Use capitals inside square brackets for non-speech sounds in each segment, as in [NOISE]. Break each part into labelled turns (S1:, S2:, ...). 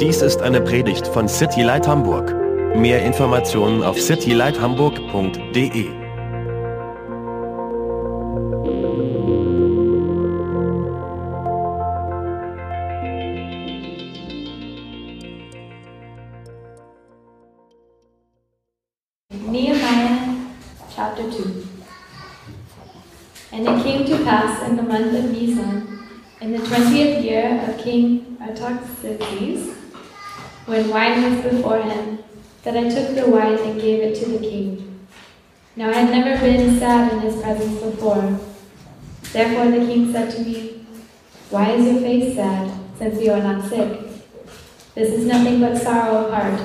S1: Dies ist eine Predigt von City Light Hamburg. Mehr Informationen auf citylighthamburg.de.
S2: Nehemiah chapter 2. And it came to pass in the month of Nisan, in the twentieth year of King Artaxerxes, when wine was before him, that I took the wine and gave it to the king. Now I had never been sad in his presence before. Therefore the king said to me, Why is your face sad, since you are not sick? This is nothing but sorrow of heart.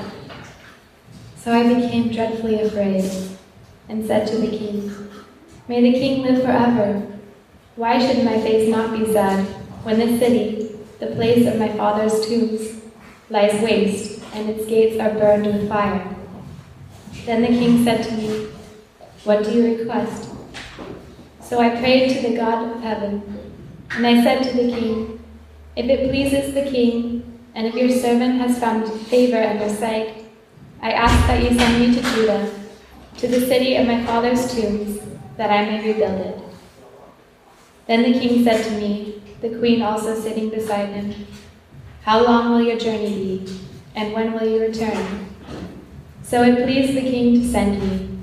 S2: So I became dreadfully afraid, and said to the king, May the king live forever. Why should my face not be sad, when this city, the place of my father's tombs, lies waste, and its gates are burned with fire? Then the king said to me, What do you request? So I prayed to the God of heaven, and I said to the king, If it pleases the king, and if your servant has found favor in your sight, I ask that you send me to Judah, to the city of my father's tombs, that I may rebuild it. Then the king said to me, the queen also sitting beside him, How long will your journey be, and when will you return? So it pleased the king to send me,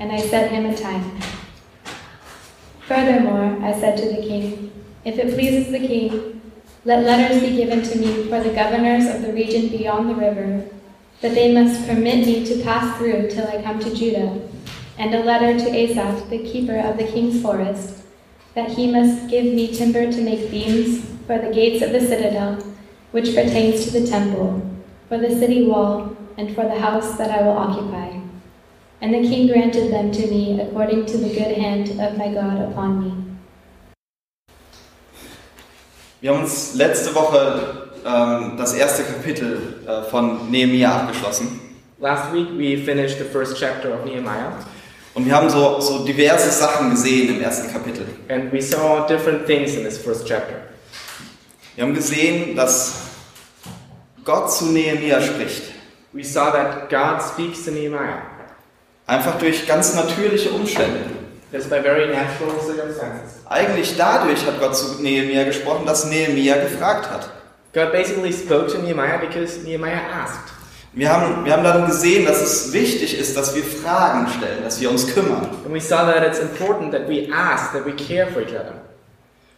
S2: and I set him a time. Furthermore, I said to the king, If it pleases the king, let letters be given to me for the governors of the region beyond the river, that they must permit me to pass through till I come to Judah, and a letter to Asaph, the keeper of the king's forest, that he must give me timber to make beams for the gates of the citadel, which pertains to the temple, for the city wall, and for the house that I will occupy. And the king granted them to me according to the good hand of my God upon me.
S3: Wir haben uns letzte Woche ähm, das erste Kapitel äh, von Nehemiah abgeschlossen.
S4: Last week we finished the first chapter of Nehemiah
S3: Und wir haben so, so diverse Sachen gesehen im ersten Kapitel.
S4: and we saw different things in this first chapter.
S3: Wir haben gesehen, dass Gott zu Nehemiah spricht.
S4: We saw that God speaks to Nehemiah
S3: Einfach durch ganz natürliche Umstände.
S4: just by very natural circumstances.
S3: Eigentlich dadurch hat Gott zu Nehemiah gesprochen, dass Nehemiah gefragt hat.
S4: God basically spoke to Nehemiah because Nehemiah asked.
S3: Wir haben, wir haben darin gesehen, dass es wichtig ist, dass wir Fragen stellen, dass wir uns kümmern.
S4: And we saw that it's important that we ask, that we care for each other.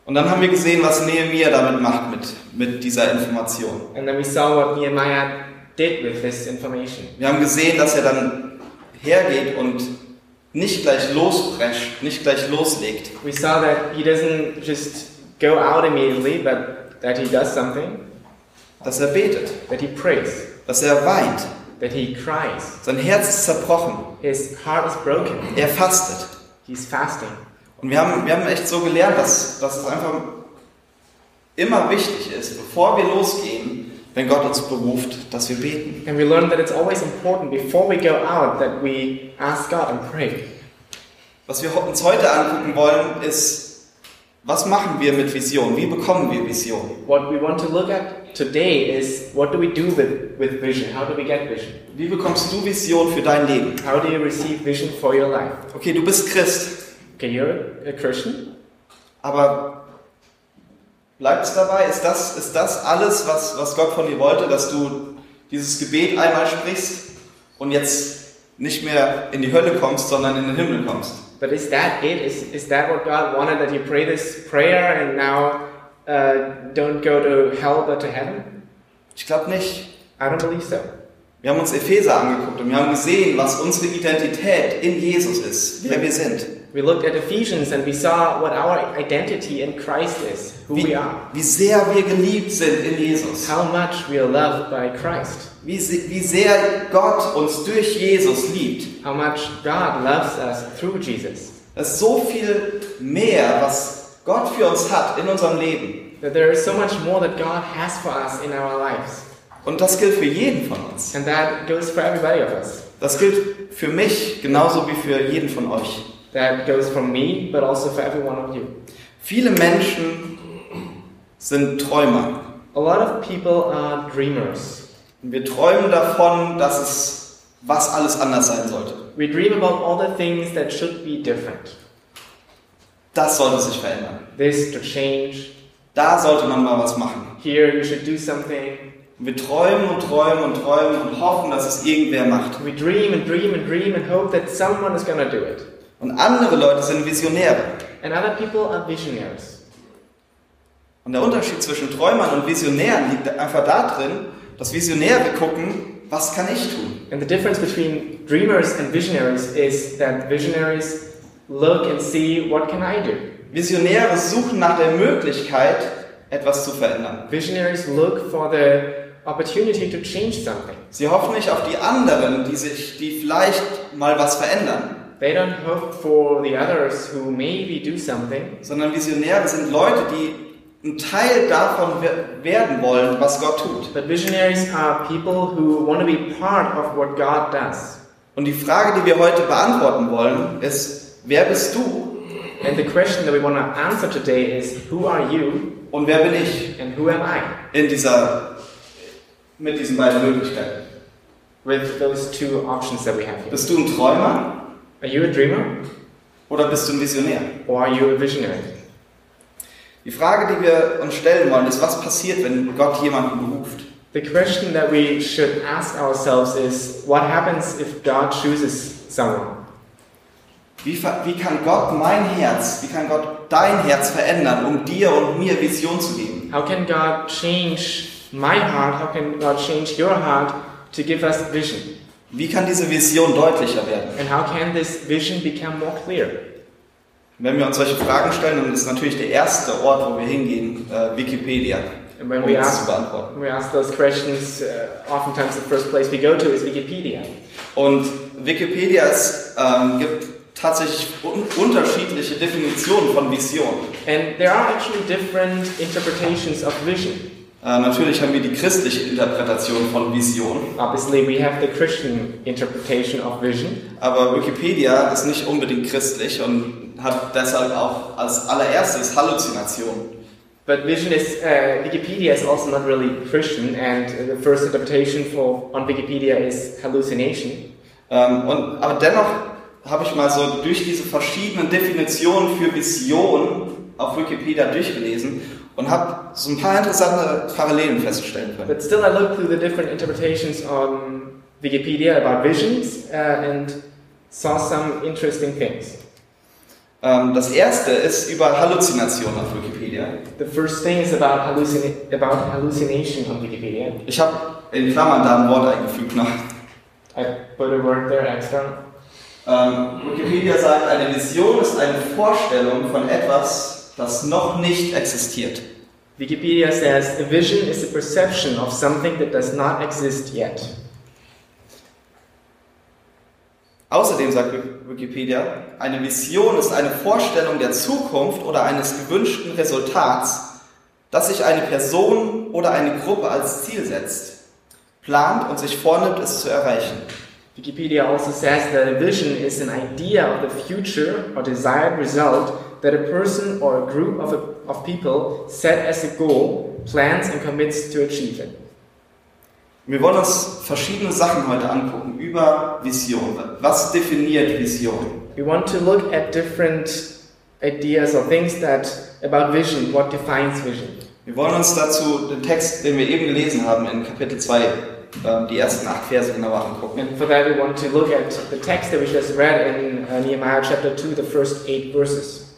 S3: Und dann haben wir gesehen, was Nehemiah damit macht mit, mit dieser Information.
S4: And then we saw what Nehemiah did with this information.
S3: Wir haben gesehen, dass er dann hergeht und nicht gleich losprescht, nicht gleich loslegt,
S4: We saw that he doesn't just go out immediately, but that he does something,
S3: dass er betet,
S4: that he prays,
S3: dass er weint,
S4: that he cries.
S3: sein Herz ist zerbrochen,
S4: His heart is broken.
S3: er fastet.
S4: He's fasting.
S3: Und wir haben, wir haben echt so gelernt, dass, dass es einfach immer wichtig ist, bevor wir losgehen, wenn Gott uns beruft, dass wir beten.
S4: And we learned that it's always important before we go out that we ask God and pray.
S3: Was wir uns heute angucken wollen, ist, was machen wir mit Vision? Wie bekommen wir Vision?
S4: What we want to look at today is what do we do with, with vision? How do we get vision?
S3: Wie bekommst du Vision für dein Leben?
S4: How do you receive vision for your life?
S3: Okay, du bist Christ.
S4: Okay, you're a Christian,
S3: Aber bleibt es dabei? Ist das, ist das alles, was, was Gott von dir wollte, dass du dieses Gebet einmal sprichst und jetzt nicht mehr in die Hölle kommst, sondern in den Himmel kommst?
S4: but is that it? Is, is that what God wanted that you pray this prayer and now uh, don't go to hell but to heaven?
S3: Ich glaube nicht.
S4: I don't believe so.
S3: Wir haben uns Epheser angeguckt und wir haben gesehen, was unsere Identität in Jesus ist, wer wir sind.
S4: We looked at Ephesians and we saw what our identity in Christ is, who we
S3: Wie,
S4: are,
S3: wie sehr wir geliebt sind in Jesus.
S4: how much we are loved by Christ.
S3: Wie, se- wie sehr Gott uns durch Jesus liebt.
S4: how much God loves us through Jesus.
S3: Das ist so viel mehr, was Gott für uns hat in unserem Leben.
S4: That there is so much more that God has for us in our lives.
S3: Und das gilt für jeden von uns.
S4: And that goes for everybody of us.
S3: Das gilt für mich genauso wie für jeden von euch.
S4: That goes for me, but also for every one of you.
S3: Viele Menschen sind Träumer.
S4: A lot of people are dreamers.
S3: Wir träumen davon, dass es was alles anders sein sollte.
S4: We dream about all the things that should be different.
S3: Das sollte sich verändern.
S4: This to change.
S3: Da sollte man mal was machen.
S4: Here you should do something.
S3: Wir träumen und träumen und träumen und hoffen, dass es irgendwer macht.
S4: We dream and dream and dream and hope that someone is gonna do it.
S3: Und andere Leute sind Visionäre.
S4: And other people are visionaries.
S3: Und der Unterschied zwischen Träumern und Visionären liegt einfach darin, dass Visionäre gucken, was kann ich tun?
S4: And the difference between dreamers and visionaries is that visionaries look and see what can I do.
S3: Visionäre suchen nach der Möglichkeit, etwas zu verändern.
S4: Visionaries look for the opportunity to change something.
S3: Sie hoffen nicht auf die anderen, die sich, die vielleicht mal was verändern,
S4: They don't hope for the others who maybe do something,
S3: sondern Visionäre sind Leute, die ein Teil davon wer- werden wollen, was Gott tut.
S4: but visionaries are people who want to be part of what God does.
S3: Und die Frage, die wir heute beantworten wollen, ist, wer bist du
S4: And the question that we want to answer today is who are you
S3: und wer bin ich
S4: and who am I?
S3: in dieser, mit diesen beiden Möglichkeiten?
S4: With those two options that we have here.
S3: Bist du ein Träumer
S4: Are you a dreamer
S3: oder bist du ein Visionär?
S4: or are you a visionary?
S3: Die Frage, die wir uns stellen wollen, ist, was passiert, wenn Gott jemanden beruft?
S4: The question that we should ask ourselves is what happens if God chooses someone?
S3: Wie, ver- wie kann Gott mein Herz, wie kann Gott dein Herz verändern, um dir und mir Vision zu geben?
S4: How can God change my heart? How can God change your heart to give us vision?
S3: Wie kann diese Vision deutlicher werden?
S4: And how can this vision become more clear?
S3: Wenn wir uns solche Fragen stellen, dann ist natürlich der erste Ort, wo wir hingehen, äh, Wikipedia, um
S4: And when we
S3: das zu
S4: ask,
S3: beantworten.
S4: when we ask those questions, uh, oftentimes the first place we go to is Wikipedia.
S3: Und Wikipedia ist, ähm, gibt tatsächlich un unterschiedliche Definitionen von Vision.
S4: And there are actually different interpretations of vision.
S3: Äh, natürlich haben wir die christliche Interpretation von Vision,
S4: Obviously, we have the Christian interpretation of vision,
S3: aber Wikipedia ist nicht unbedingt christlich und hat deshalb auch als allererstes Halluzination.
S4: but vision is uh, Wikipedia is also not really Christian, and the first interpretation for on Wikipedia is hallucination.
S3: Ähm, und, aber dennoch habe ich mal so durch diese verschiedenen Definitionen für Vision auf Wikipedia durchgelesen und habe so ein paar interessante Parallelen feststellen können.
S4: But still, I looked through the different interpretations on Wikipedia about visions uh, and saw some interesting things.
S3: Ähm, das erste ist über Halluzination auf Wikipedia.
S4: The first thing is about hallucina- about hallucination on Wikipedia.
S3: Ich habe in Klammern da ein Wort eingefügt noch.
S4: I put a word there extra.
S3: Ähm, Wikipedia sagt, eine Vision ist eine Vorstellung von etwas, das noch nicht existiert.
S4: Wikipedia says a vision is a perception of something that does not exist yet.
S3: Außerdem sagt Wik- Wikipedia, eine Vision ist eine Vorstellung der Zukunft oder eines gewünschten Resultats, das sich eine Person oder eine Gruppe als Ziel setzt, plant und sich vornimmt, es zu erreichen.
S4: Wikipedia also says that a vision is an idea of the future or desired result that a person or a group of, of people set as a goal, plans, and commits to achieve it.
S3: Wir wollen uns verschiedene Sachen heute angucken über Vision. Was definiert Vision?
S4: We want to look at different ideas or things that about vision, what defines vision.
S3: Wir wollen uns dazu den Text, den wir eben gelesen haben, in Kapitel 2, ähm, die ersten acht Verse genauer angucken.
S4: And for that, we want to look at the text that we just read in uh, Nehemiah chapter 2, the first eight verses.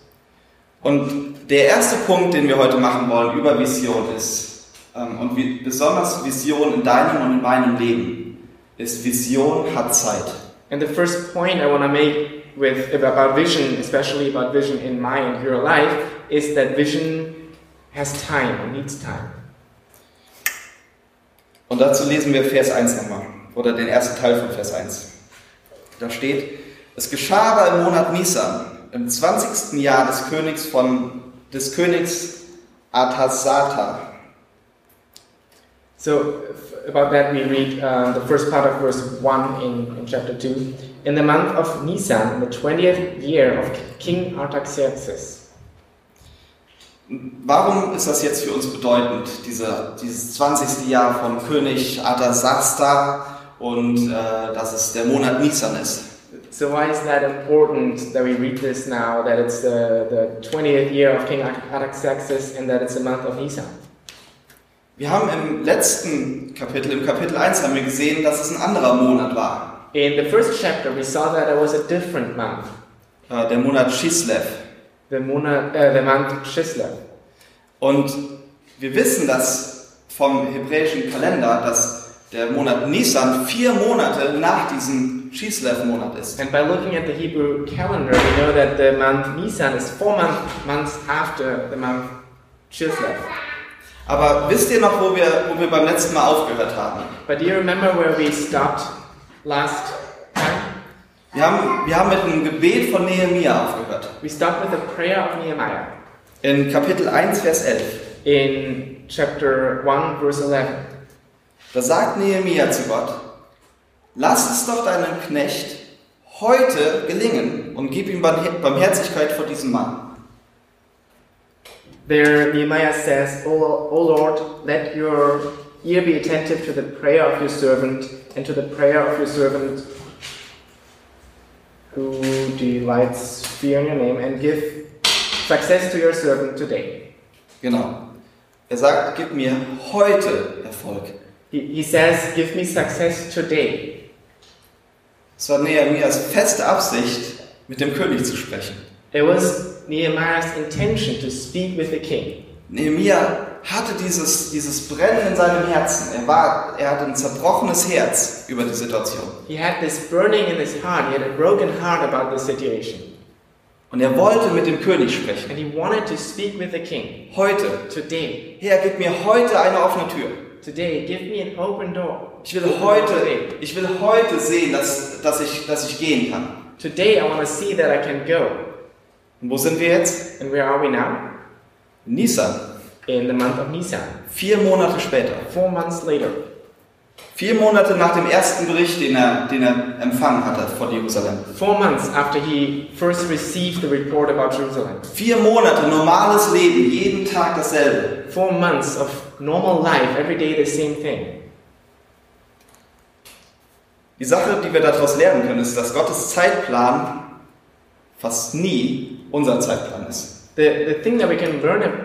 S3: Und der erste Punkt, den wir heute machen wollen über Vision ist, ähm, und wie, besonders Vision in deinem und in meinem Leben, ist Vision hat Zeit.
S4: And the first point I want to make with about vision, especially about vision in my and your life, is that vision has time or needs time.
S3: Und dazu lesen wir Vers 1 nochmal, oder den ersten Teil von Vers 1. Da steht, es geschah aber im Monat Nisan, im 20. Jahr des Königs von, des Königs Artasata,
S4: So f- about that we read uh, the first part of verse one in, in chapter two. In the month of Nisan, the twentieth year of King Artaxerxes.
S3: Warum ist das jetzt für uns bedeutend, diese, dieses 20. Jahr von König Artasasta und äh, dass es der Monat Nisan ist?
S4: So why is that important that we read this now, that it's the, the 20th year of King Artaxerxes and that it's the month of Nisan?
S3: Wir haben im letzten Kapitel, im Kapitel 1, haben wir gesehen, dass es ein anderer Monat war.
S4: In the first chapter, we saw that it was a different month,
S3: Äh, der Monat Schislev.
S4: the, Mona, uh, the month Chislev.
S3: Und wir wissen das vom hebräischen Kalender, dass der Monat Nisan vier Monate nach diesem Schislev-Monat ist.
S4: And by looking at the Hebrew calendar, we know that the month Nisan is four month, months after the month Chislev.
S3: Aber wisst ihr noch, wo wir, wo wir beim letzten Mal aufgehört haben?
S4: But do you remember where we stopped last time?
S3: Wir haben, wir haben mit einem Gebet von Nehemia aufgehört.
S4: We stopped with the prayer of Nehemiah
S3: In Kapitel 1, Vers 11.
S4: in chapter 1, verse 11.
S3: Da sagt Nehemia zu Gott, lass es doch deinem Knecht heute gelingen und gib ihm Barmher- Barmherzigkeit vor diesem Mann.
S4: There, Nehemiah says, o, Lo- o Lord, let your ear be attentive to the prayer of your servant and to the prayer of your servant who delights fear in your name, and give success to your servant today.
S3: Genau. Er sagt, gib mir heute Erfolg.
S4: He, he says, Give me success today.
S3: Es war Nehemias feste Absicht, mit dem König zu sprechen.
S4: It was Nehemiah's intention to speak with the king.
S3: Nehemia hatte dieses, dieses Brennen in seinem Herzen. Er, war, er hatte ein zerbrochenes Herz über die Situation.
S4: He had this burning in his heart, he had a broken heart about the situation,
S3: Und er wollte mit dem König sprechen.
S4: and he wanted to speak with the king
S3: Heute.
S4: today.
S3: Herr, gib mir heute eine offene Tür.
S4: Today, give me an open door.
S3: Ich will heute, ich will heute sehen, dass, dass, ich, dass ich gehen kann.
S4: Today, I want to see that I can go.
S3: Und wo sind wir jetzt?
S4: And where are we now?
S3: Nisan.
S4: In the month of Nisan.
S3: Vier Monate später.
S4: Four months later.
S3: Vier Monate nach dem ersten Bericht, den er, den er empfangen hatte von Jerusalem.
S4: Four months after he first received the report about Jerusalem.
S3: Vier Monate normales Leben, jeden Tag dasselbe.
S4: Four months of normal life, every day the same thing.
S3: Die Sache, die wir daraus lernen können, ist, dass Gottes Zeitplan fast nie unser Zeitplan ist.
S4: The, the thing that we can learn ab-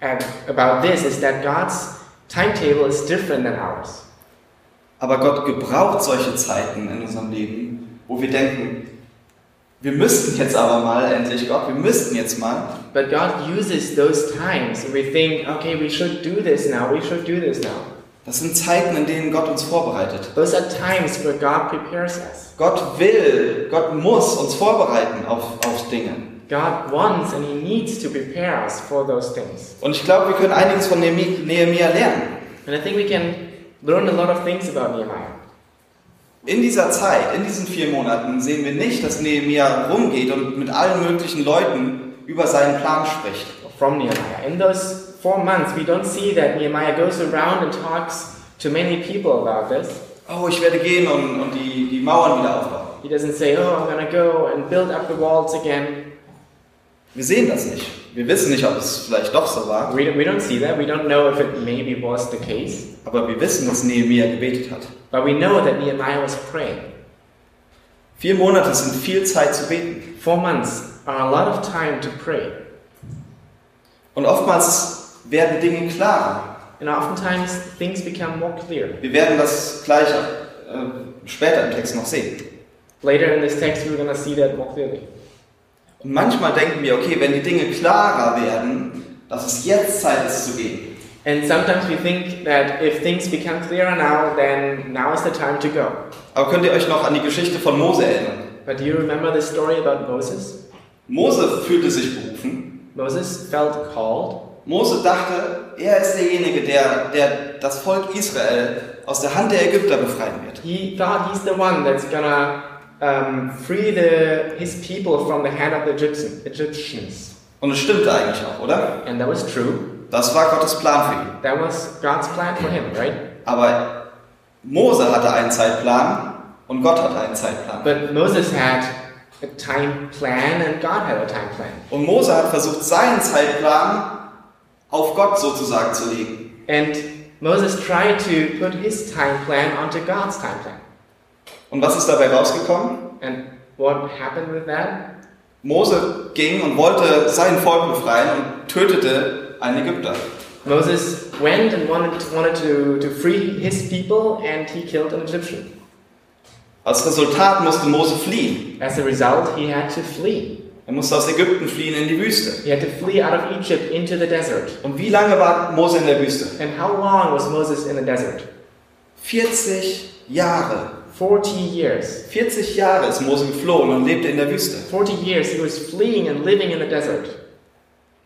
S4: ab- about this is that God's timetable is different than ours.
S3: Aber Gott gebraucht solche Zeiten in unserem Leben, wo wir denken, wir müssten jetzt aber mal, endlich Gott, wir müssten jetzt mal.
S4: But God uses those times and we think, okay, we should do this now, we should do this now.
S3: Das sind Zeiten, in denen Gott uns vorbereitet.
S4: Those are times where God prepares us.
S3: Gott will, Gott muss uns vorbereiten auf, auf Dinge.
S4: God wants and He needs to prepare us for those things.
S3: Und ich glaube, wir können einiges von Nehemi- Nehemia lernen.
S4: And I think we can learn a lot of things about Nehemiah.
S3: In dieser Zeit, in diesen vier Monaten, sehen wir nicht, dass Nehemia rumgeht und mit allen möglichen Leuten über seinen Plan spricht.
S4: From Nehemiah. In those four months, we don't see that Nehemiah goes around and talks to many people about this.
S3: Oh, ich werde gehen und, und die, die Mauern wieder aufbauen.
S4: He doesn't say, oh, I'm gonna go and build up the walls again.
S3: Wir sehen das nicht. Wir wissen nicht, ob es vielleicht doch so war,
S4: We, we don't see that. We don't know if it maybe was the case.
S3: aber wir wissen, dass Nehemia gebetet hat.
S4: But we know that Nehemiah was praying.
S3: Vier Monate sind viel Zeit zu beten.
S4: Four months are a lot of time to pray.
S3: Und oftmals werden Dinge klarer.
S4: And oftentimes things become more clear.
S3: Wir werden das gleich äh, später im Text noch sehen.
S4: Later in this text, we're going to see that more clearly.
S3: Und manchmal denken wir, okay, wenn die Dinge klarer werden, dass es jetzt Zeit ist zu gehen.
S4: And sometimes we think that if things become clearer now, then now is the time to go.
S3: Aber könnt ihr euch noch an die Geschichte von Mose erinnern?
S4: But do you remember the story about Moses?
S3: Mose fühlte sich berufen.
S4: Moses felt called.
S3: Mose dachte, er ist derjenige, der, der das Volk Israel aus der Hand der Ägypter befreien wird.
S4: He thought he's the one that's going to um, free the, his people from the hand of the Egyptian, Egyptians.
S3: Und es stimmte eigentlich auch, oder?
S4: And that was true.
S3: Das war Gottes Plan für ihn.
S4: That was God's plan for him, right?
S3: Aber Mose hatte einen Zeitplan und Gott hatte einen Zeitplan.
S4: But Moses had a time plan and God had a time plan.
S3: Und Mose hat versucht, seinen Zeitplan auf Gott sozusagen zu legen.
S4: And Moses tried to put his time plan onto God's time plan.
S3: Und was ist dabei rausgekommen?
S4: And what happened with that?
S3: Mose ging und wollte sein Volk befreien und tötete einen Ägypter.
S4: Moses went and wanted, wanted to, to free his people and he killed an Egyptian.
S3: Als Resultat musste Mose fliehen.
S4: As a result, he had to flee.
S3: Er musste aus Ägypten fliehen in die Wüste.
S4: He had to flee out of Egypt into the desert.
S3: Und wie lange war Mose in der Wüste?
S4: And how long was Moses in the desert?
S3: 40 Jahre.
S4: 40 years.
S3: 40 Jahre ist Mose geflohen und lebte in der Wüste.
S4: 40 years he was fleeing and living in the desert.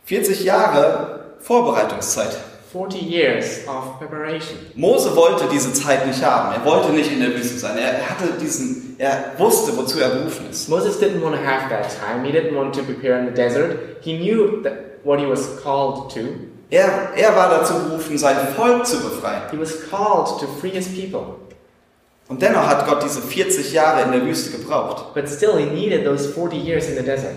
S3: 40 Jahre Vorbereitungszeit.
S4: 40 years of preparation.
S3: Mose wollte diese Zeit nicht haben. Er wollte nicht in der Wüste sein. Er hatte diesen, er wusste, wozu er berufen ist.
S4: Moses didn't want to have that time. He didn't want to prepare in the desert. He knew that what he was called to.
S3: Er, er war dazu berufen, sein Volk zu befreien.
S4: He was called to free his people.
S3: Und dennoch hat Gott diese 40 Jahre in der Wüste gebraucht.
S4: But still, he needed those 40 years in the desert.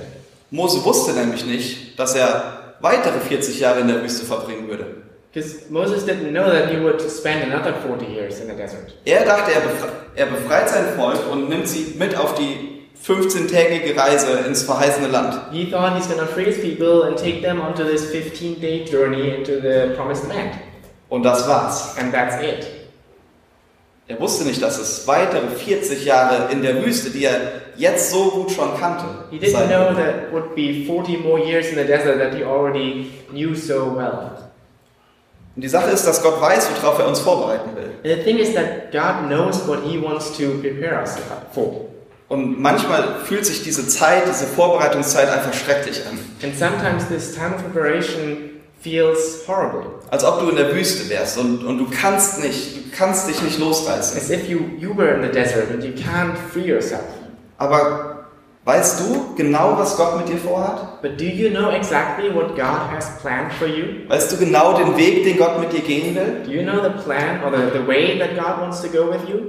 S3: Mose wusste nämlich nicht, dass er weitere 40 Jahre in der Wüste verbringen würde.
S4: Because Moses didn't know that he would spend another 40 years in the desert.
S3: Er dachte, er, befre er befreit sein Volk und nimmt sie mit auf die 15-tägige Reise ins verheißene Land.
S4: He thought he's going to free his people and take them onto this 15 day journey into the promised land.
S3: Und das war's.
S4: And that's it.
S3: Er wusste nicht, dass es weitere 40 Jahre in der Wüste, die er jetzt so gut schon kannte,
S4: He didn't
S3: sein
S4: know
S3: würden.
S4: that it would be 40 more years in the desert that he already knew so well.
S3: Und die Sache ist, dass Gott weiß, worauf er uns vorbereiten will.
S4: And the thing is that God knows what he wants to prepare us for.
S3: Und manchmal fühlt sich diese Zeit, diese Vorbereitungszeit einfach schrecklich an.
S4: And sometimes this time of preparation feels horrible.
S3: Als ob du in der Wüste wärst und, und du kannst nicht, du kannst dich nicht losreißen.
S4: As if you, you were in the desert and you can't free yourself.
S3: Aber weißt du genau, was Gott mit dir vorhat?
S4: But do you know exactly what God has planned for you?
S3: Weißt du genau den Weg, den Gott mit dir gehen will?
S4: Do you know the plan or the, the way that God wants to go with you?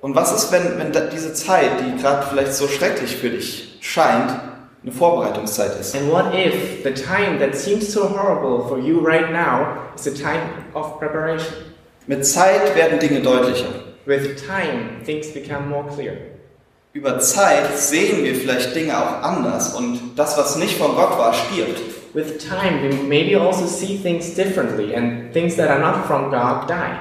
S3: Und was ist, wenn, wenn da- diese Zeit, die gerade vielleicht so schrecklich für dich scheint, eine Vorbereitungszeit ist?
S4: And what if the time that seems so horrible for you right now is a time of preparation?
S3: Mit Zeit werden Dinge deutlicher.
S4: With time, things become more clear.
S3: Über Zeit sehen wir vielleicht Dinge auch anders und das, was nicht von Gott war, stirbt.
S4: With time, we maybe also see things differently, and things that are not from God die.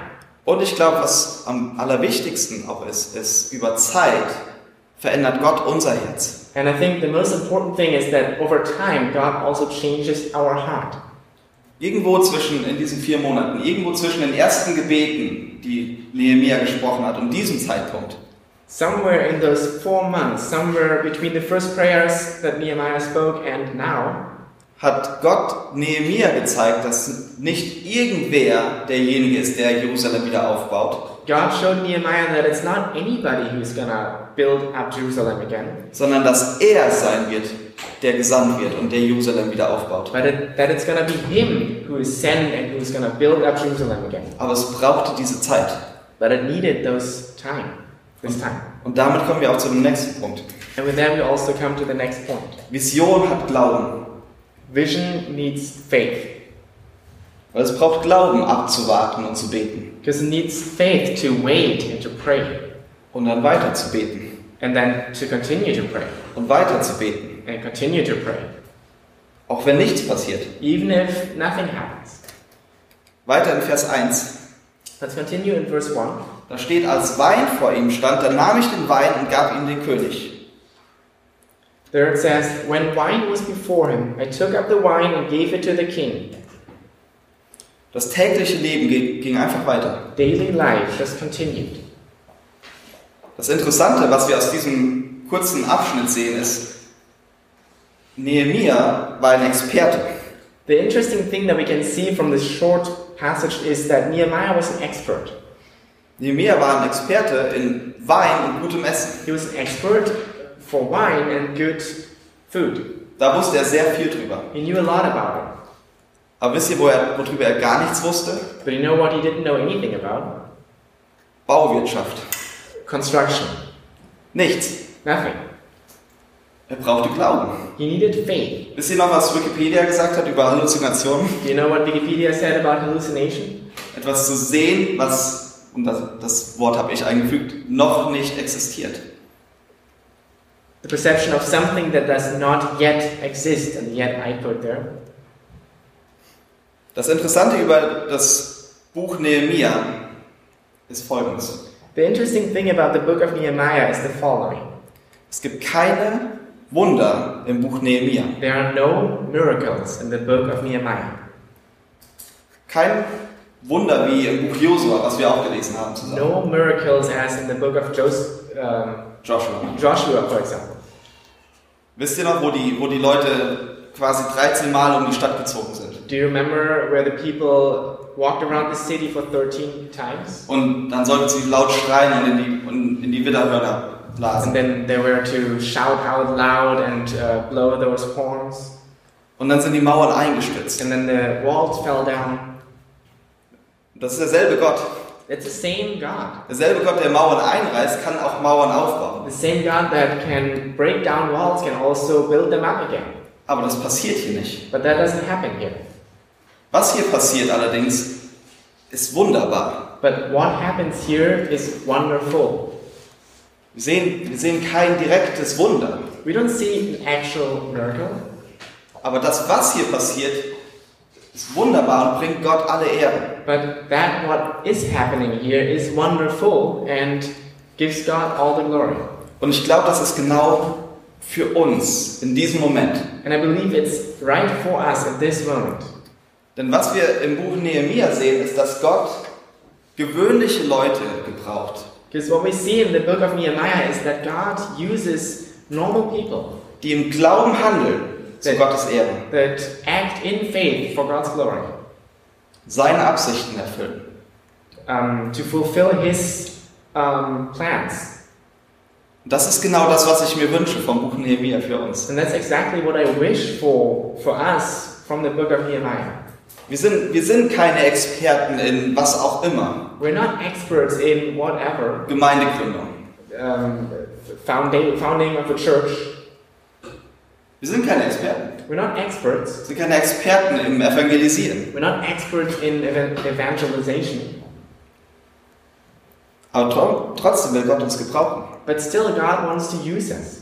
S3: Und ich glaube, was am allerwichtigsten auch ist, ist, über Zeit verändert Gott unser Herz.
S4: And I think the most important thing is that over time, God also changes our heart.
S3: Irgendwo zwischen, in diesen vier Monaten, irgendwo zwischen den ersten Gebeten, die Nehemiah gesprochen hat, und diesem Zeitpunkt,
S4: Somewhere in those four months, somewhere between the first prayers that Nehemiah spoke and now,
S3: hat Gott Nehemiah gezeigt, dass nicht irgendwer derjenige ist, der Jerusalem wieder aufbaut,
S4: God showed Nehemiah that it's not anybody who's gonna build up Jerusalem again,
S3: sondern dass er es sein wird, der gesandt wird und der Jerusalem wieder aufbaut.
S4: but it, that it's gonna be him who is sent and who's gonna build up Jerusalem again.
S3: Aber es brauchte diese Zeit.
S4: But it needed those time, this time.
S3: Und damit kommen wir auch zu dem nächsten Punkt.
S4: And with that, we also come to the next point.
S3: Vision hat Glauben.
S4: Vision needs faith,
S3: Weil es braucht Glauben, abzuwarten und zu beten.
S4: because it needs faith to wait and to pray,
S3: Und dann weiter zu beten.
S4: and then to continue to pray,
S3: Und weiter zu beten.
S4: and continue to pray,
S3: Auch wenn nichts passiert.
S4: even if nothing happens.
S3: Weiter in Vers 1.
S4: Let's continue in verse 1.
S3: Da steht, als Wein vor ihm stand, dann nahm ich den Wein und gab ihm den König.
S4: There it says, When wine was before him, I took up the wine and gave it to the king.
S3: Das tägliche Leben ging, ging einfach weiter.
S4: Daily life just continued.
S3: Das Interessante, was wir aus diesem kurzen Abschnitt sehen, ist, Nehemia war ein Experte.
S4: The interesting thing that we can see from this short passage is that Nehemiah was an expert.
S3: Nehemia war ein Experte in Wein und gutem Essen.
S4: He was an expert for wine and good food.
S3: Da wusste er sehr viel drüber.
S4: He knew a lot about
S3: Aber wisst ihr, wo er, worüber er gar nichts wusste?
S4: it. But you know what he didn't know anything about?
S3: Bauwirtschaft.
S4: Construction.
S3: Nichts.
S4: Nothing.
S3: Er brauchte Glauben.
S4: He needed faith.
S3: Wisst ihr noch, was Wikipedia gesagt hat über Halluzinationen?
S4: Do you know what Wikipedia said about hallucination?
S3: Etwas zu sehen, was, und das, das Wort habe ich eingefügt, noch nicht existiert.
S4: The perception of something that does not yet exist, and yet I put there.
S3: Das Interessante über das Buch Nehemia ist folgendes.
S4: The interesting thing about the book of Nehemiah is the following
S3: Es gibt keine Wunder im Buch Nehemia.
S4: there are no miracles in the book of Nehemiah,
S3: Kein Wunder wie im Buch Josua, was wir auch gelesen haben zusammen.
S4: no miracles as in the book of Jos- um,
S3: Joshua.
S4: Joshua, for example.
S3: Wisst ihr noch, wo die, wo die Leute quasi 13 Mal um die Stadt gezogen sind?
S4: Do you remember where the people walked around the city for 13 times?
S3: Und dann sollten sie laut schreien und in die, und in die Widderhörner
S4: And
S3: blasen.
S4: then they were to shout out loud and uh, blow those horns.
S3: Und dann sind die Mauern eingestürzt.
S4: And then the walls fell down.
S3: Das ist derselbe Gott.
S4: It's the same God.
S3: Derselbe Gott, der Mauern einreißt, kann auch Mauern aufbauen.
S4: The same God that can break down walls can also build them up again.
S3: Aber das passiert hier nicht.
S4: But that doesn't happen here.
S3: Was hier passiert allerdings, ist wunderbar.
S4: But what happens here is wonderful.
S3: Wir sehen, wir sehen kein direktes Wunder.
S4: We don't see an actual miracle,
S3: Aber das, was hier passiert, ist wunderbar und bringt Gott alle Ehre.
S4: but that what is happening here is wonderful and gives God all the glory.
S3: Und ich glaube, das ist genau für uns in diesem Moment.
S4: And I believe it's right for us at this moment.
S3: Denn was wir im Buch Nehemia sehen, ist, dass Gott gewöhnliche Leute gebraucht,
S4: Because what we see in the book of Nehemiah is that God uses normal people
S3: die im Glauben handeln zu
S4: Ja.
S3: Gottes Ehre,
S4: that act in faith for God's glory
S3: seine Absichten erfüllen.
S4: um, to fulfill His um, plans.
S3: Und das ist genau das, was ich mir wünsche vom Buch Nehemia für uns.
S4: And that's exactly what I wish for for us from the book of Nehemiah.
S3: Wir sind, wir sind keine Experten in was auch immer,
S4: We're not experts in whatever
S3: Gemeindegründung.
S4: um, founding, founding of a church.
S3: Wir sind keine Experten.
S4: We're not experts.
S3: Wir sind keine Experten im Evangelisieren.
S4: We're not experts in evan- evangelization.
S3: Aber tro- trotzdem will Gott uns gebrauchen.
S4: But still, God wants to use us.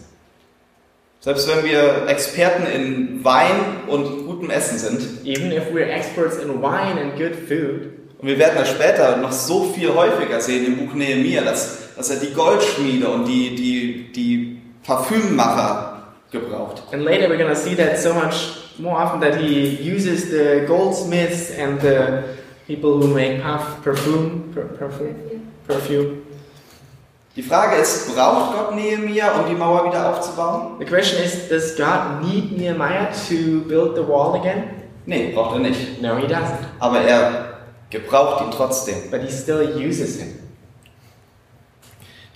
S3: Selbst wenn wir Experten in Wein und gutem Essen sind,
S4: Even if we're experts in wine and good food,
S3: und wir werden das später noch so viel häufiger sehen im Buch Nehemia, dass, dass er die Goldschmiede und die, die, die Parfümmacher gebraucht.
S4: and later we're gonna see that so much more often that he uses the goldsmiths and the people who make puff, perfume, per, perfume, perfume.
S3: Die Frage ist, braucht Gott Nehemia, um die Mauer wieder aufzubauen?
S4: The question is, does God need Nehemiah to build the wall again?
S3: Nee, braucht er nicht.
S4: No, he doesn't.
S3: Aber er gebraucht ihn trotzdem.
S4: But he still uses him.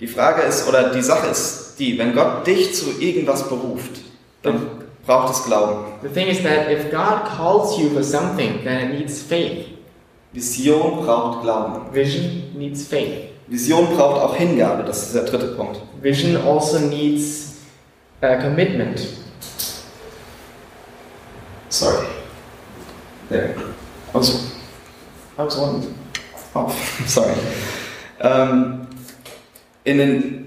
S3: Die Frage ist, oder die Sache ist die, wenn Gott dich zu irgendwas beruft, dann braucht es Glauben.
S4: The thing is that if God calls you for something, then it needs faith.
S3: Vision braucht Glauben.
S4: Vision needs faith.
S3: Vision braucht auch Hingabe, das ist der dritte Punkt.
S4: Vision also needs uh, commitment.
S3: Sorry. There. I was, I was on. Oh, [LAUGHS] sorry. Ähm, in den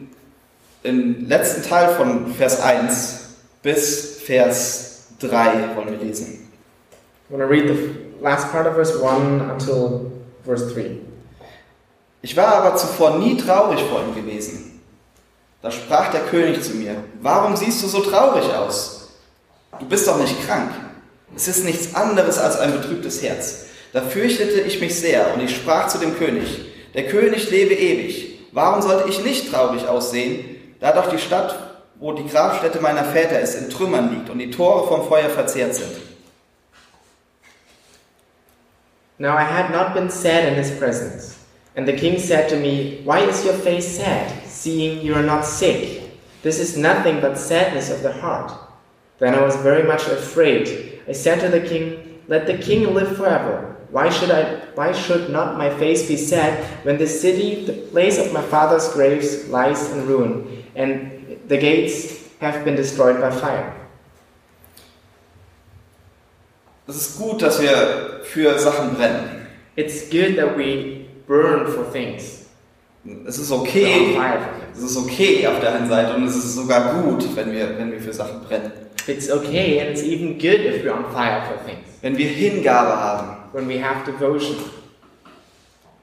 S3: im letzten Teil von Vers 1 bis Vers 3 wollen wir lesen.
S4: I'm going to read the last part of verse 1 until verse 3.
S3: Ich war aber zuvor nie traurig vor ihm gewesen. Da sprach der König zu mir, warum siehst du so traurig aus? Du bist doch nicht krank. Es ist nichts anderes als ein betrübtes Herz. Da fürchtete ich mich sehr und ich sprach zu dem König, der König lebe ewig. Warum sollte ich nicht traurig aussehen, da doch die Stadt, wo die Grabstätte meiner Väter ist, in Trümmern liegt und die Tore vom Feuer verzehrt sind?
S4: Now I had not been sad in his presence. And the king said to me, Why is your face sad, seeing you are not sick? This is nothing but sadness of the heart. Then I was very much afraid. I said to the king, Let the king live forever. Why should I why should not my face be sad when this city, the place of my father's graves, lies in ruin, and the gates have been destroyed by fire.
S3: Es ist gut, dass wir für Sachen brennen.
S4: It's good that we burn for things.
S3: Es ist
S4: We're on
S3: okay.
S4: fire for things.
S3: Es ist okay auf der einen Seite und es ist sogar gut, wenn wir, wenn wir für Sachen brennen.
S4: It's okay and it's even good if we're on fire for things.
S3: Wenn wir Hingabe haben.
S4: When we have devotion,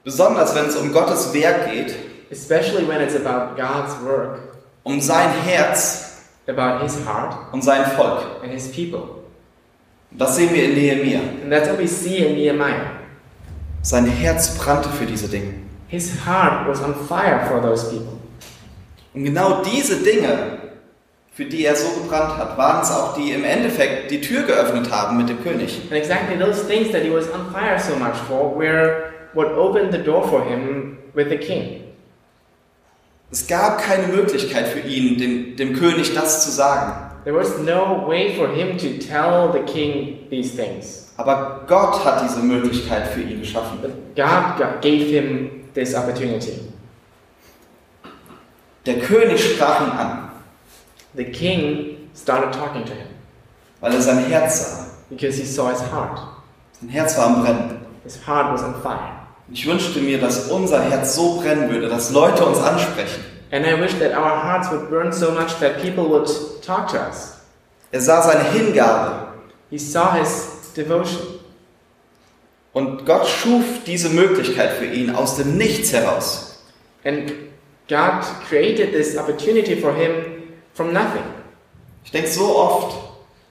S3: Besonders wenn es um Gottes Werk geht,
S4: especially when it's about God's work,
S3: um sein Herz,
S4: about His heart
S3: um sein Volk.
S4: and His people.
S3: Das sehen wir in Nehemia.
S4: And that's what we see in Nehemiah.
S3: Sein Herz brannte für diese Dinge.
S4: His heart was on fire for those people.
S3: Und genau diese Dinge, für die er so gebrannt hat, waren es auch, die im Endeffekt die Tür geöffnet haben mit dem König.
S4: And exactly those things that he was on fire so much for were what opened the door for him with the king.
S3: Es gab keine Möglichkeit für ihn, dem, dem König das zu sagen.
S4: There was no way for him to tell the king these things.
S3: Aber Gott hat diese Möglichkeit für ihn geschaffen.
S4: But God got- gave him this opportunity.
S3: Der König sprach ihn an,
S4: The king started talking to him
S3: weil er sein Herz sah.
S4: because he saw his heart.
S3: Sein Herz war am Brennen.
S4: His heart was on fire.
S3: Ich wünschte mir, dass unser Herz so brennen würde, dass Leute uns ansprechen.
S4: And I wish that our hearts would burn so much that people would talk to us.
S3: Er sah seine Hingabe
S4: He saw his devotion.
S3: und Gott schuf diese Möglichkeit für ihn aus dem Nichts heraus.
S4: And God created this opportunity for him from nothing.
S3: Ich denke so oft,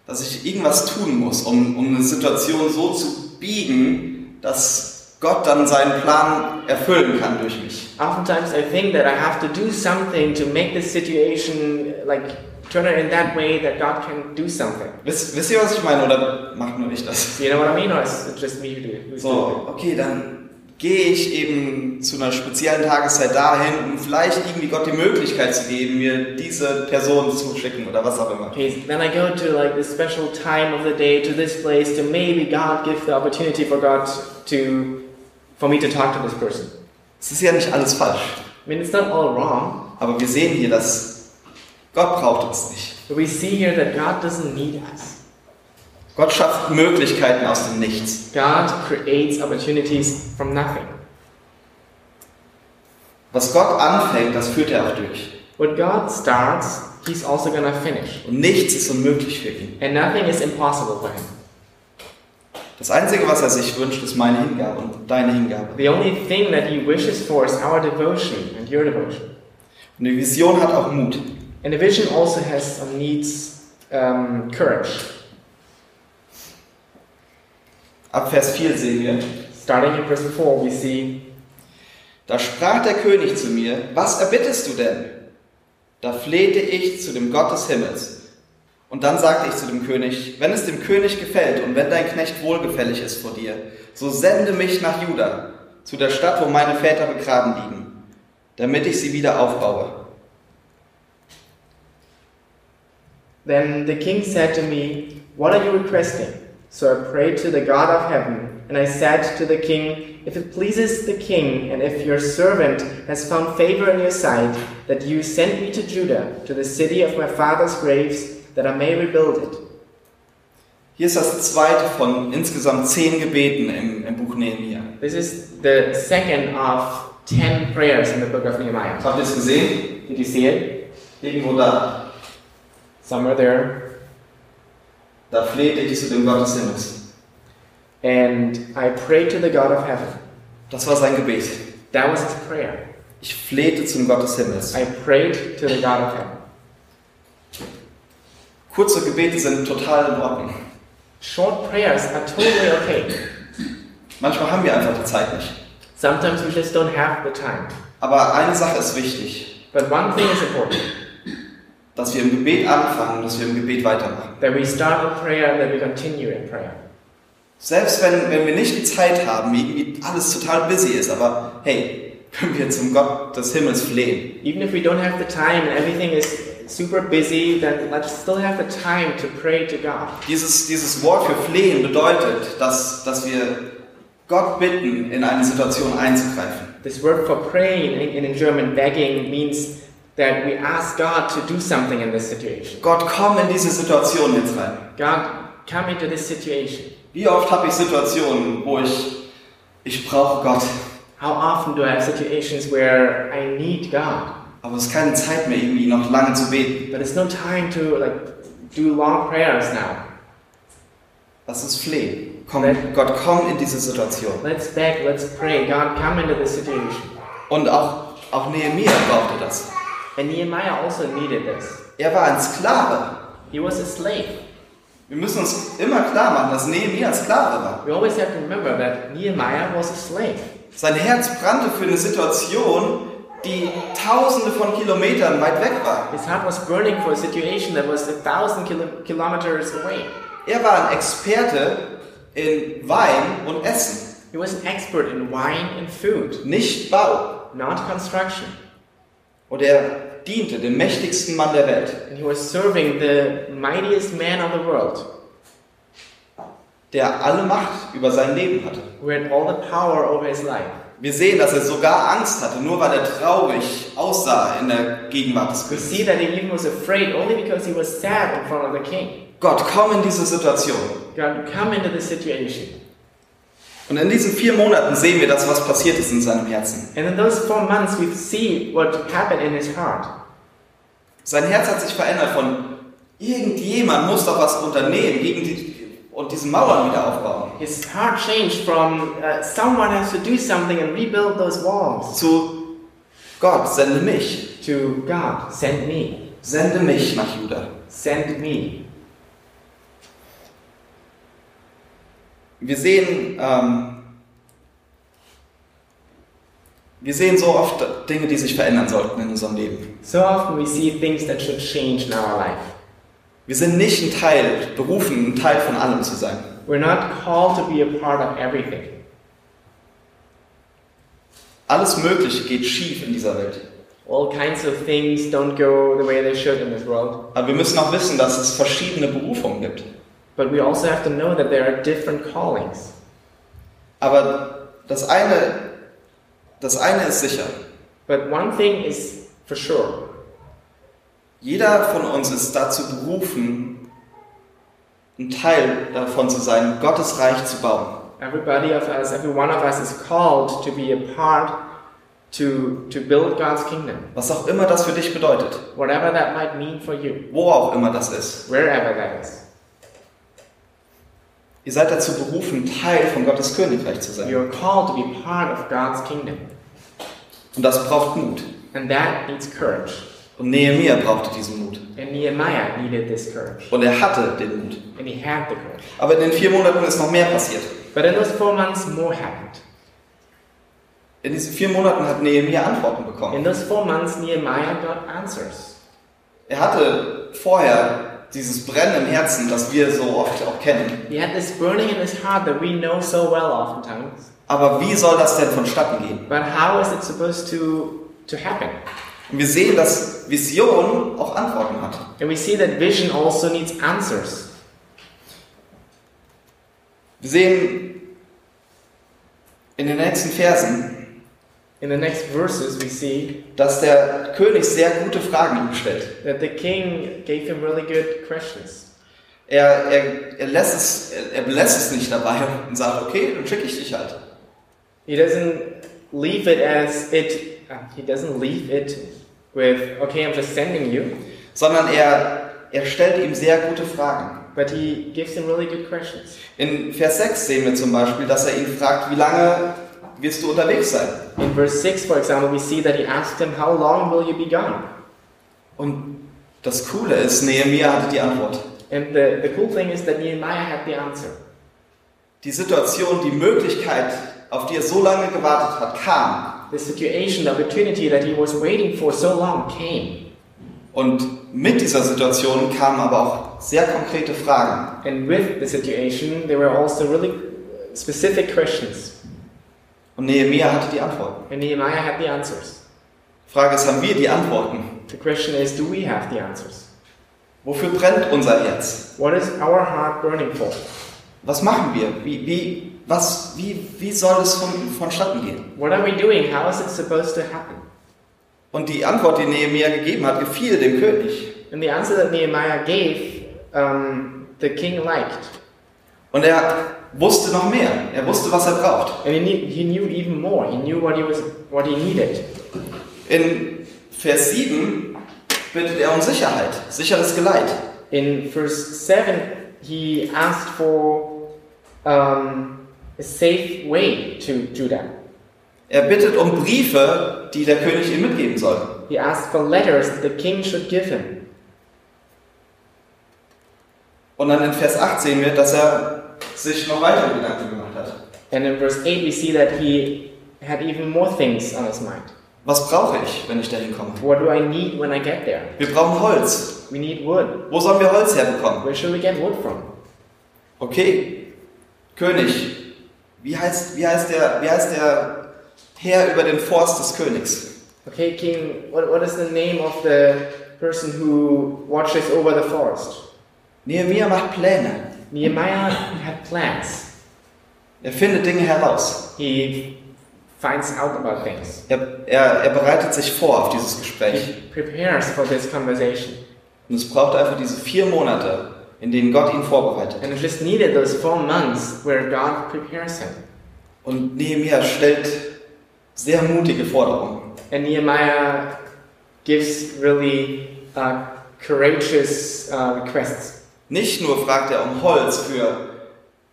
S3: dass ich irgendwas tun muss, um, um eine Situation so zu biegen, dass Gott dann seinen Plan erfüllen kann durch mich.
S4: Oftentimes, I think that I have to do something to make this situation like turn it in that way that God can do something.
S3: Wisst, wisst ihr, was ich meine? Oder macht nur ich das?
S4: You know what I mean? Or is it just me who do who's
S3: So, okay, dann gehe ich eben zu einer speziellen Tageszeit dahin, um vielleicht irgendwie Gott die Möglichkeit zu geben, mir diese Person zu schicken oder was auch immer.
S4: doing it? Okay, then I go to like this special time of the day to this place to maybe God give the opportunity for God to for me to talk to this person.
S3: Es ist ja nicht alles falsch,
S4: I mean, it's not all wrong.
S3: aber wir sehen hier, dass Gott braucht uns nicht.
S4: But we see here that God doesn't need us.
S3: Gott schafft Möglichkeiten aus dem Nichts.
S4: God creates opportunities from nothing.
S3: Was Gott anfängt, das führt er auch durch.
S4: What God starts, He's also gonna finish,
S3: Und nichts ist unmöglich für ihn.
S4: and nothing is impossible for Him.
S3: Das Einzige, was er sich wünscht, ist meine Hingabe und deine Hingabe.
S4: The only thing that he wishes for is our devotion and your devotion.
S3: Und die Vision hat auch Mut.
S4: And the vision also has uh, needs um, courage.
S3: Ab Vers 4 sehen wir.
S4: Starting in verse 4, we see,
S3: Da sprach der König zu mir, was erbittest du denn? Da flehte ich zu dem Gott des Himmels. Und dann sagte ich zu dem König, wenn es dem König gefällt und wenn dein Knecht wohlgefällig ist vor dir, so sende mich nach Juda, zu der Stadt, wo meine Väter begraben liegen, damit ich sie wieder aufbaue.
S4: Then the king said to me, What are you requesting? So I prayed to the God of heaven, and I said to the king, If it pleases the king, and if your servant has found favor in your sight, that you send me to Judah, to the city of my father's graves, that I may rebuild it.
S3: Hier ist das zweite von insgesamt zehn Gebeten im, im Buch Nehemiah.
S4: This is the second of ten prayers in the book of Nehemiah.
S3: Habt ihr es gesehen?
S4: Did you see it?
S3: Irgendwo da.
S4: Somewhere there.
S3: Da flehte ich zu dem Gott des Himmels.
S4: And I prayed to the God of heaven.
S3: Das war sein Gebet.
S4: That was his prayer.
S3: Ich flehte zum Gott des Himmels.
S4: I prayed to the God of heaven.
S3: Kurze Gebete sind total in Ordnung.
S4: Short prayers are totally okay.
S3: Manchmal haben wir einfach die Zeit nicht.
S4: Sometimes we just don't have the time.
S3: Aber eine Sache ist wichtig,
S4: But one thing is important
S3: dass wir im Gebet anfangen, dass wir im Gebet weitermachen.
S4: that we start in prayer and that we continue in prayer.
S3: Selbst wenn, wenn wir nicht die Zeit haben, irgendwie alles total busy ist, aber hey, [LAUGHS] können wir zum Gott des Himmels flehen.
S4: Even if we don't have the time and everything is super busy, then let's still have the time to pray to God.
S3: Dieses, dieses Wort für flehen bedeutet, dass, dass wir Gott bitten, in eine Situation einzugreifen.
S4: This word for praying in, in German begging means that we ask God to do something in this situation.
S3: Gott, komm in diese Situation jetzt rein.
S4: God, come into this situation.
S3: Wie oft habe ich Situationen, wo ich, ich brauche Gott,
S4: How often do I have situations where I need God,
S3: aber es ist keine Zeit mehr, irgendwie noch lange zu beten.
S4: but it's no time to like do long prayers now?
S3: Lass uns flehen. Komm,
S4: Amen.
S3: Gott, komm in diese Situation.
S4: Let's beg, let's pray. God, come into this situation.
S3: Und auch, auch Nehemiah brauchte das.
S4: And Nehemiah also needed this.
S3: Er war ein Sklave.
S4: He was a slave.
S3: Wir müssen uns immer klar machen, dass Nehemiah ein Sklave war.
S4: We always have to remember that Nehemiah was a slave.
S3: Sein Herz brannte für eine Situation, die tausende von Kilometern weit weg war.
S4: His heart was burning for a situation that was a thousand kilo- kilometers away.
S3: Er war ein Experte in Wein und Essen,
S4: He was an expert in wine and food,
S3: nicht Bau.
S4: not construction.
S3: Und er diente dem mächtigsten Mann der Welt,
S4: And he was serving the mightiest man of the world,
S3: der alle Macht über sein Leben hatte.
S4: who had all the power over his life.
S3: Wir sehen, dass er sogar Angst hatte, nur weil er traurig aussah in der Gegenwart des
S4: We see
S3: Königs.
S4: that he even was afraid only because he was sad in front of the king.
S3: Gott, komm in diese Situation.
S4: God, come into the situation.
S3: Und in diesen vier Monaten sehen wir das, was passiert ist in seinem Herzen.
S4: And in those four months, we see what happened in his heart.
S3: Sein Herz hat sich verändert von irgendjemand muss doch was unternehmen gegen die, und diese Mauern wieder aufbauen.
S4: His heart changed from uh, someone has to do something and rebuild those walls
S3: Zu Gott, sende mich,
S4: to God, send me,
S3: sende mich nach Juda.
S4: send me.
S3: Wir sehen, ähm, wir sehen so oft Dinge, die sich verändern sollten in unserem Leben.
S4: So often we see things that should change in our life.
S3: Wir sind nicht ein Teil, berufen, ein Teil von allem zu sein.
S4: We're not called to be a part of everything.
S3: Alles Mögliche geht schief in dieser Welt.
S4: All kinds of things don't go the way they should in this world.
S3: Aber wir müssen auch wissen, dass es verschiedene Berufungen gibt.
S4: But we also have to know that there are different callings.
S3: Aber das eine, das eine ist sicher.
S4: But one thing is for sure
S3: Jeder von uns ist dazu berufen, ein Teil davon zu sein, Gottes Reich zu bauen.
S4: everybody of us, every one of us is called to be a part to, to build God's kingdom,
S3: Was auch immer das für dich bedeutet.
S4: whatever that might mean for you,
S3: Wo auch immer das ist.
S4: wherever that is.
S3: Ihr seid dazu berufen, Teil von Gottes Königreich zu sein.
S4: You're called to be part of God's kingdom.
S3: Und das braucht Mut.
S4: And that needs courage.
S3: Und Nehemiah brauchte diesen Mut.
S4: And Nehemiah needed this courage.
S3: Und er hatte den Mut.
S4: And he had the courage.
S3: Aber in den vier Monaten ist noch mehr passiert.
S4: But in those four months, more happened.
S3: In diesen vier Monaten hat Nehemiah Antworten
S4: In
S3: bekommen.
S4: those four months, Nehemiah got answers.
S3: Er hatte vorher dieses Brennen im Herzen, das wir so oft auch kennen.
S4: He had this burning in his heart that we know so well oftentimes.
S3: Aber wie soll das denn vonstatten gehen?
S4: But how is it supposed to, to happen?
S3: Und wir sehen, dass Vision auch Antworten hat.
S4: And we see that vision also needs answers.
S3: Wir sehen in den nächsten Versen,
S4: In the next verses, we see
S3: dass der König sehr gute Fragen ihm stellt.
S4: that the king gave him really good questions.
S3: Er, er, er, lässt es, er, er belässt es nicht dabei und sagt, okay, dann schicke ich dich halt.
S4: He doesn't leave it as it, uh, he doesn't leave it with, okay, I'm just sending you,
S3: Sondern er, er stellt ihm sehr gute Fragen.
S4: but he gives him really good questions.
S3: In Vers 6 sehen wir zum Beispiel, dass er ihn fragt, wie lange wirst du unterwegs sein?
S4: In verse 6, for example, we see that he asked him, How long will you be gone?
S3: Und das Coole ist, Nehemiah hatte die Antwort.
S4: And the, the cool thing is that Nehemiah had the answer.
S3: die Situation, die Möglichkeit, auf die er so lange gewartet hat, kam.
S4: The situation, the opportunity that he was waiting for so long came.
S3: Und mit dieser Situation kamen aber auch sehr konkrete Fragen.
S4: And with the situation, there were also really specific questions.
S3: Und Nehemiah hatte die Antworten.
S4: And Nehemiah had the answers.
S3: Frage ist, haben wir die Antworten?
S4: The question is do we have the answers?
S3: Wofür brennt unser Herz?
S4: What is our heart burning for?
S3: Was machen wir? Wie, wie, was, wie, wie soll es von, vonstatten gehen?
S4: What are we doing? How is it supposed to happen?
S3: Und die Antwort, die Nehemiah gegeben hat, gefiel dem König.
S4: And the answer that Nehemiah gave, um, the king liked.
S3: Und er wusste noch mehr. Er wusste, was er braucht.
S4: And he knew, he knew even more. He knew what he, was, what he needed.
S3: In Vers 7 bittet er um Sicherheit, sicheres Geleit.
S4: In verse 7, he asked for um, a safe way to Judah.
S3: Er bittet um Briefe, die der König ihm mitgeben soll.
S4: He asked for letters that the king should give him.
S3: Und dann in Vers 8 sehen wir, dass er sich noch weitere Gedanken gemacht hat.
S4: And in verse 8, we see that he had even more things on his mind.
S3: Was brauche ich, wenn ich dahin komme?
S4: What do I need when I get there?
S3: Wir brauchen Holz.
S4: We need wood.
S3: Wo sollen wir Holz herbekommen?
S4: Where should we get wood from?
S3: Okay, König. Wie heißt, wie heißt, der, wie heißt der Herr über den Forst des Königs?
S4: Okay, King, what, what is the name of the person who watches over the forest?
S3: Nehemiah macht Pläne.
S4: Nehemiah had plans.
S3: Er findet Dinge heraus.
S4: He finds out about things.
S3: Er, er, er bereitet sich vor auf dieses Gespräch.
S4: He prepares for this conversation.
S3: Und es braucht einfach diese vier Monate, in denen Gott ihn vorbereitet.
S4: And it just needed those four months where God prepares him.
S3: Und Nehemiah stellt sehr mutige Forderungen.
S4: And Nehemiah gives really uh, courageous uh, requests.
S3: Nicht nur fragt er um Holz für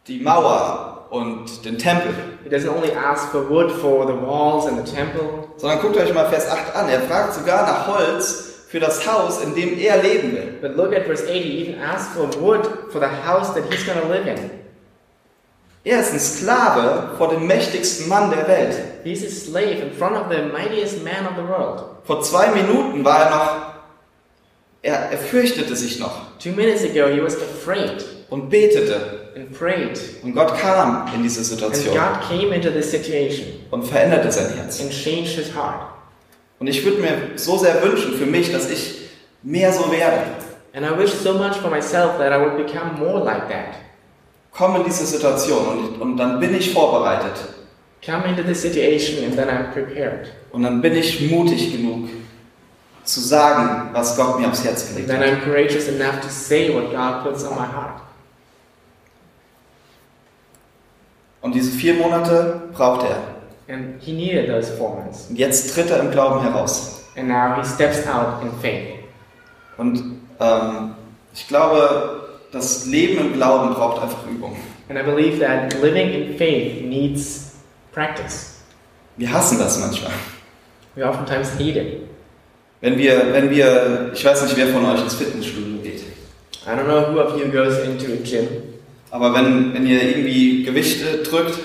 S3: die Mauer und den Tempel,
S4: He doesn't only ask for wood for the walls and the temple,
S3: sondern guckt euch mal Vers 8 an. Er fragt sogar nach Holz für das Haus, in dem er leben will.
S4: but look at verse 8. He even asks for wood for the house that he's going to live in.
S3: Er ist ein Sklave vor dem mächtigsten Mann der Welt.
S4: He's a slave in front of the mightiest man of the world.
S3: Vor zwei Minuten war er noch, er, er fürchtete sich noch
S4: Two minutes ago, he was afraid
S3: und betete.
S4: and prayed.
S3: Und Gott kam in diese
S4: And
S3: Situation
S4: God came into this situation
S3: und veränderte sein Herz.
S4: and changed his heart.
S3: Und ich würde mir so sehr wünschen für mich, dass ich mehr so werde.
S4: And I wish so much for myself that I would become more like that.
S3: Komm in diese Situation und, und dann bin ich vorbereitet.
S4: Come into this situation and then I'm prepared.
S3: Und dann bin ich mutig genug, zu sagen, was Gott mir aufs Herz gelegt
S4: Then
S3: hat.
S4: I'm courageous enough to say what God puts on my heart.
S3: Und diese vier Monate braucht er.
S4: And he needed those four months.
S3: Und jetzt tritt er im Glauben heraus.
S4: And now he steps out in faith.
S3: Und ähm, ich glaube, das Leben im Glauben braucht einfach Übung.
S4: And I believe that living in faith needs practice.
S3: Wir hassen das manchmal.
S4: We oftentimes need it.
S3: Wenn wir, wenn wir, ich weiß nicht, wer von euch ins Fitnessstudio geht,
S4: I don't know who of you goes into a gym,
S3: aber wenn, wenn ihr irgendwie Gewichte drückt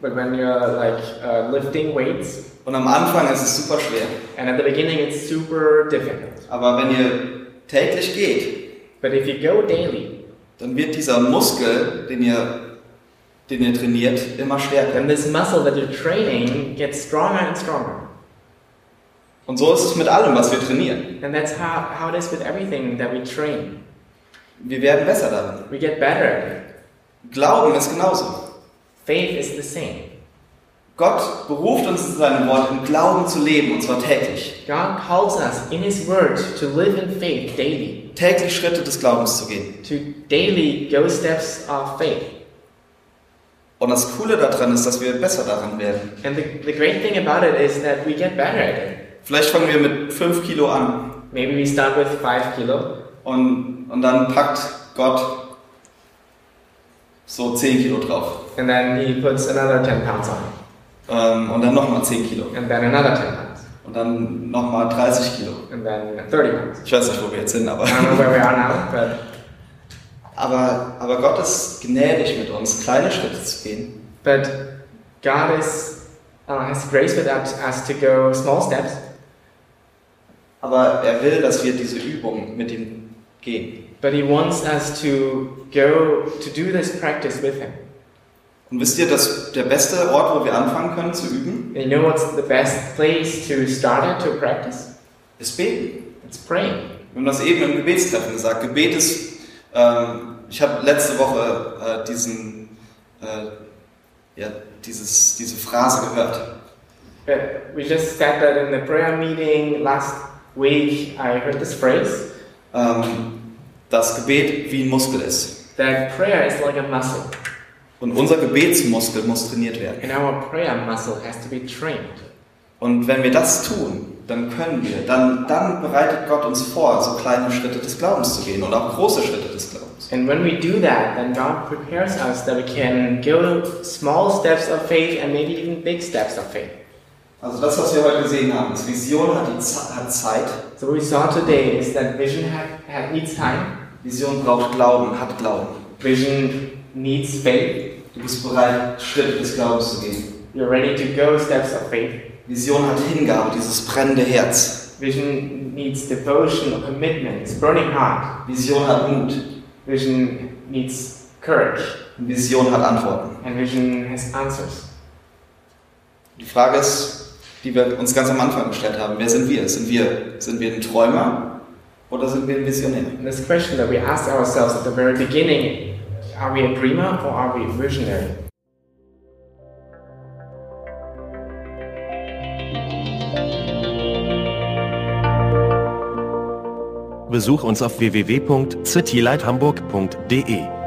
S4: but when you're like uh, lifting weights,
S3: und am Anfang ist es super schwer,
S4: and at the beginning it's super difficult.
S3: aber wenn ihr täglich geht
S4: But if you go daily,
S3: dann wird dieser Muskel, den ihr, den ihr trainiert, immer stärker.
S4: then this muscle that you're training gets stronger and stronger.
S3: Und so ist es mit allem, was wir trainieren.
S4: And that's how, how it is with everything that we train.
S3: Wir werden besser darin.
S4: We get better at it.
S3: Glauben ist genauso.
S4: Faith is the same.
S3: Gott beruft uns in seinem Wort, im Glauben zu leben, und zwar täglich.
S4: God calls us in His Word to live in faith daily,
S3: Täglich Schritte des Glaubens zu gehen.
S4: to daily go steps of faith.
S3: Und das Coole daran ist, dass wir besser daran werden.
S4: And the, the great thing about it is that we get better at it.
S3: Vielleicht fangen wir mit 5 Kilo an
S4: Maybe we start with 5 kilo,
S3: und, und dann packt Gott so 10 Kilo drauf.
S4: and then He puts another 10 pounds on,
S3: Ähm, und dann nochmal 10 Kilo.
S4: and then another 10 pounds,
S3: Und dann nochmal 30 Kilo.
S4: and then 30 pounds.
S3: Ich weiß nicht, wo wir jetzt sind, aber.
S4: I don't know where we are now, but,
S3: Aber, aber Gott ist gnädig mit uns, kleine Schritte zu gehen.
S4: but God is, uh, has grace with us us to go small steps.
S3: Aber er will, dass wir diese Übung mit ihm gehen.
S4: But he wants us to go to do this practice with him.
S3: Und wisst ihr, dass der beste Ort, wo wir anfangen können zu üben,
S4: And you know what's the best place to start it, to practice?
S3: ist beten.
S4: It's praying.
S3: Wir haben das eben im Gebetstreffen gesagt. Gebet ist, ähm, ich habe letzte Woche äh, diesen, äh, ja, dieses, diese Phrase gehört.
S4: Uh, we just said that in the prayer meeting last week, I heard this phrase
S3: ähm, dass Gebet wie ein Muskel ist.
S4: that prayer is like a muscle,
S3: Und unser Gebetsmuskel muss trainiert werden.
S4: and our prayer muscle has to be trained.
S3: Und wenn wir das tun, dann können wir, dann, dann bereitet Gott uns vor, so kleine Schritte des Glaubens zu gehen und auch große Schritte des Glaubens.
S4: And when we do that, then God prepares us that we can go small steps of faith and maybe even big steps of faith.
S3: Also das, was wir heute gesehen haben, ist Vision hat, die Ze- hat Zeit,
S4: So what we saw today is that vision ha- ha- needs time,
S3: Vision braucht Glauben, hat Glauben.
S4: vision needs faith.
S3: Du bist bereit, Schritte des Glaubens zu gehen.
S4: You're ready to go steps of faith.
S3: Vision hat Hingabe, dieses brennende Herz.
S4: Vision needs devotion or commitment, it's burning heart.
S3: Vision hat Mut.
S4: Vision needs courage,
S3: Vision hat Antworten.
S4: and vision has answers.
S3: Die Frage ist, die wir uns ganz am Anfang gestellt haben, wer sind wir? Sind wir, sind wir ein Träumer oder sind wir ein Visionär?
S4: And this question that we asked ourselves at the very beginning are we a dreamer or are we a visionary?
S1: Besuch uns auf www.citylighthamburg.de.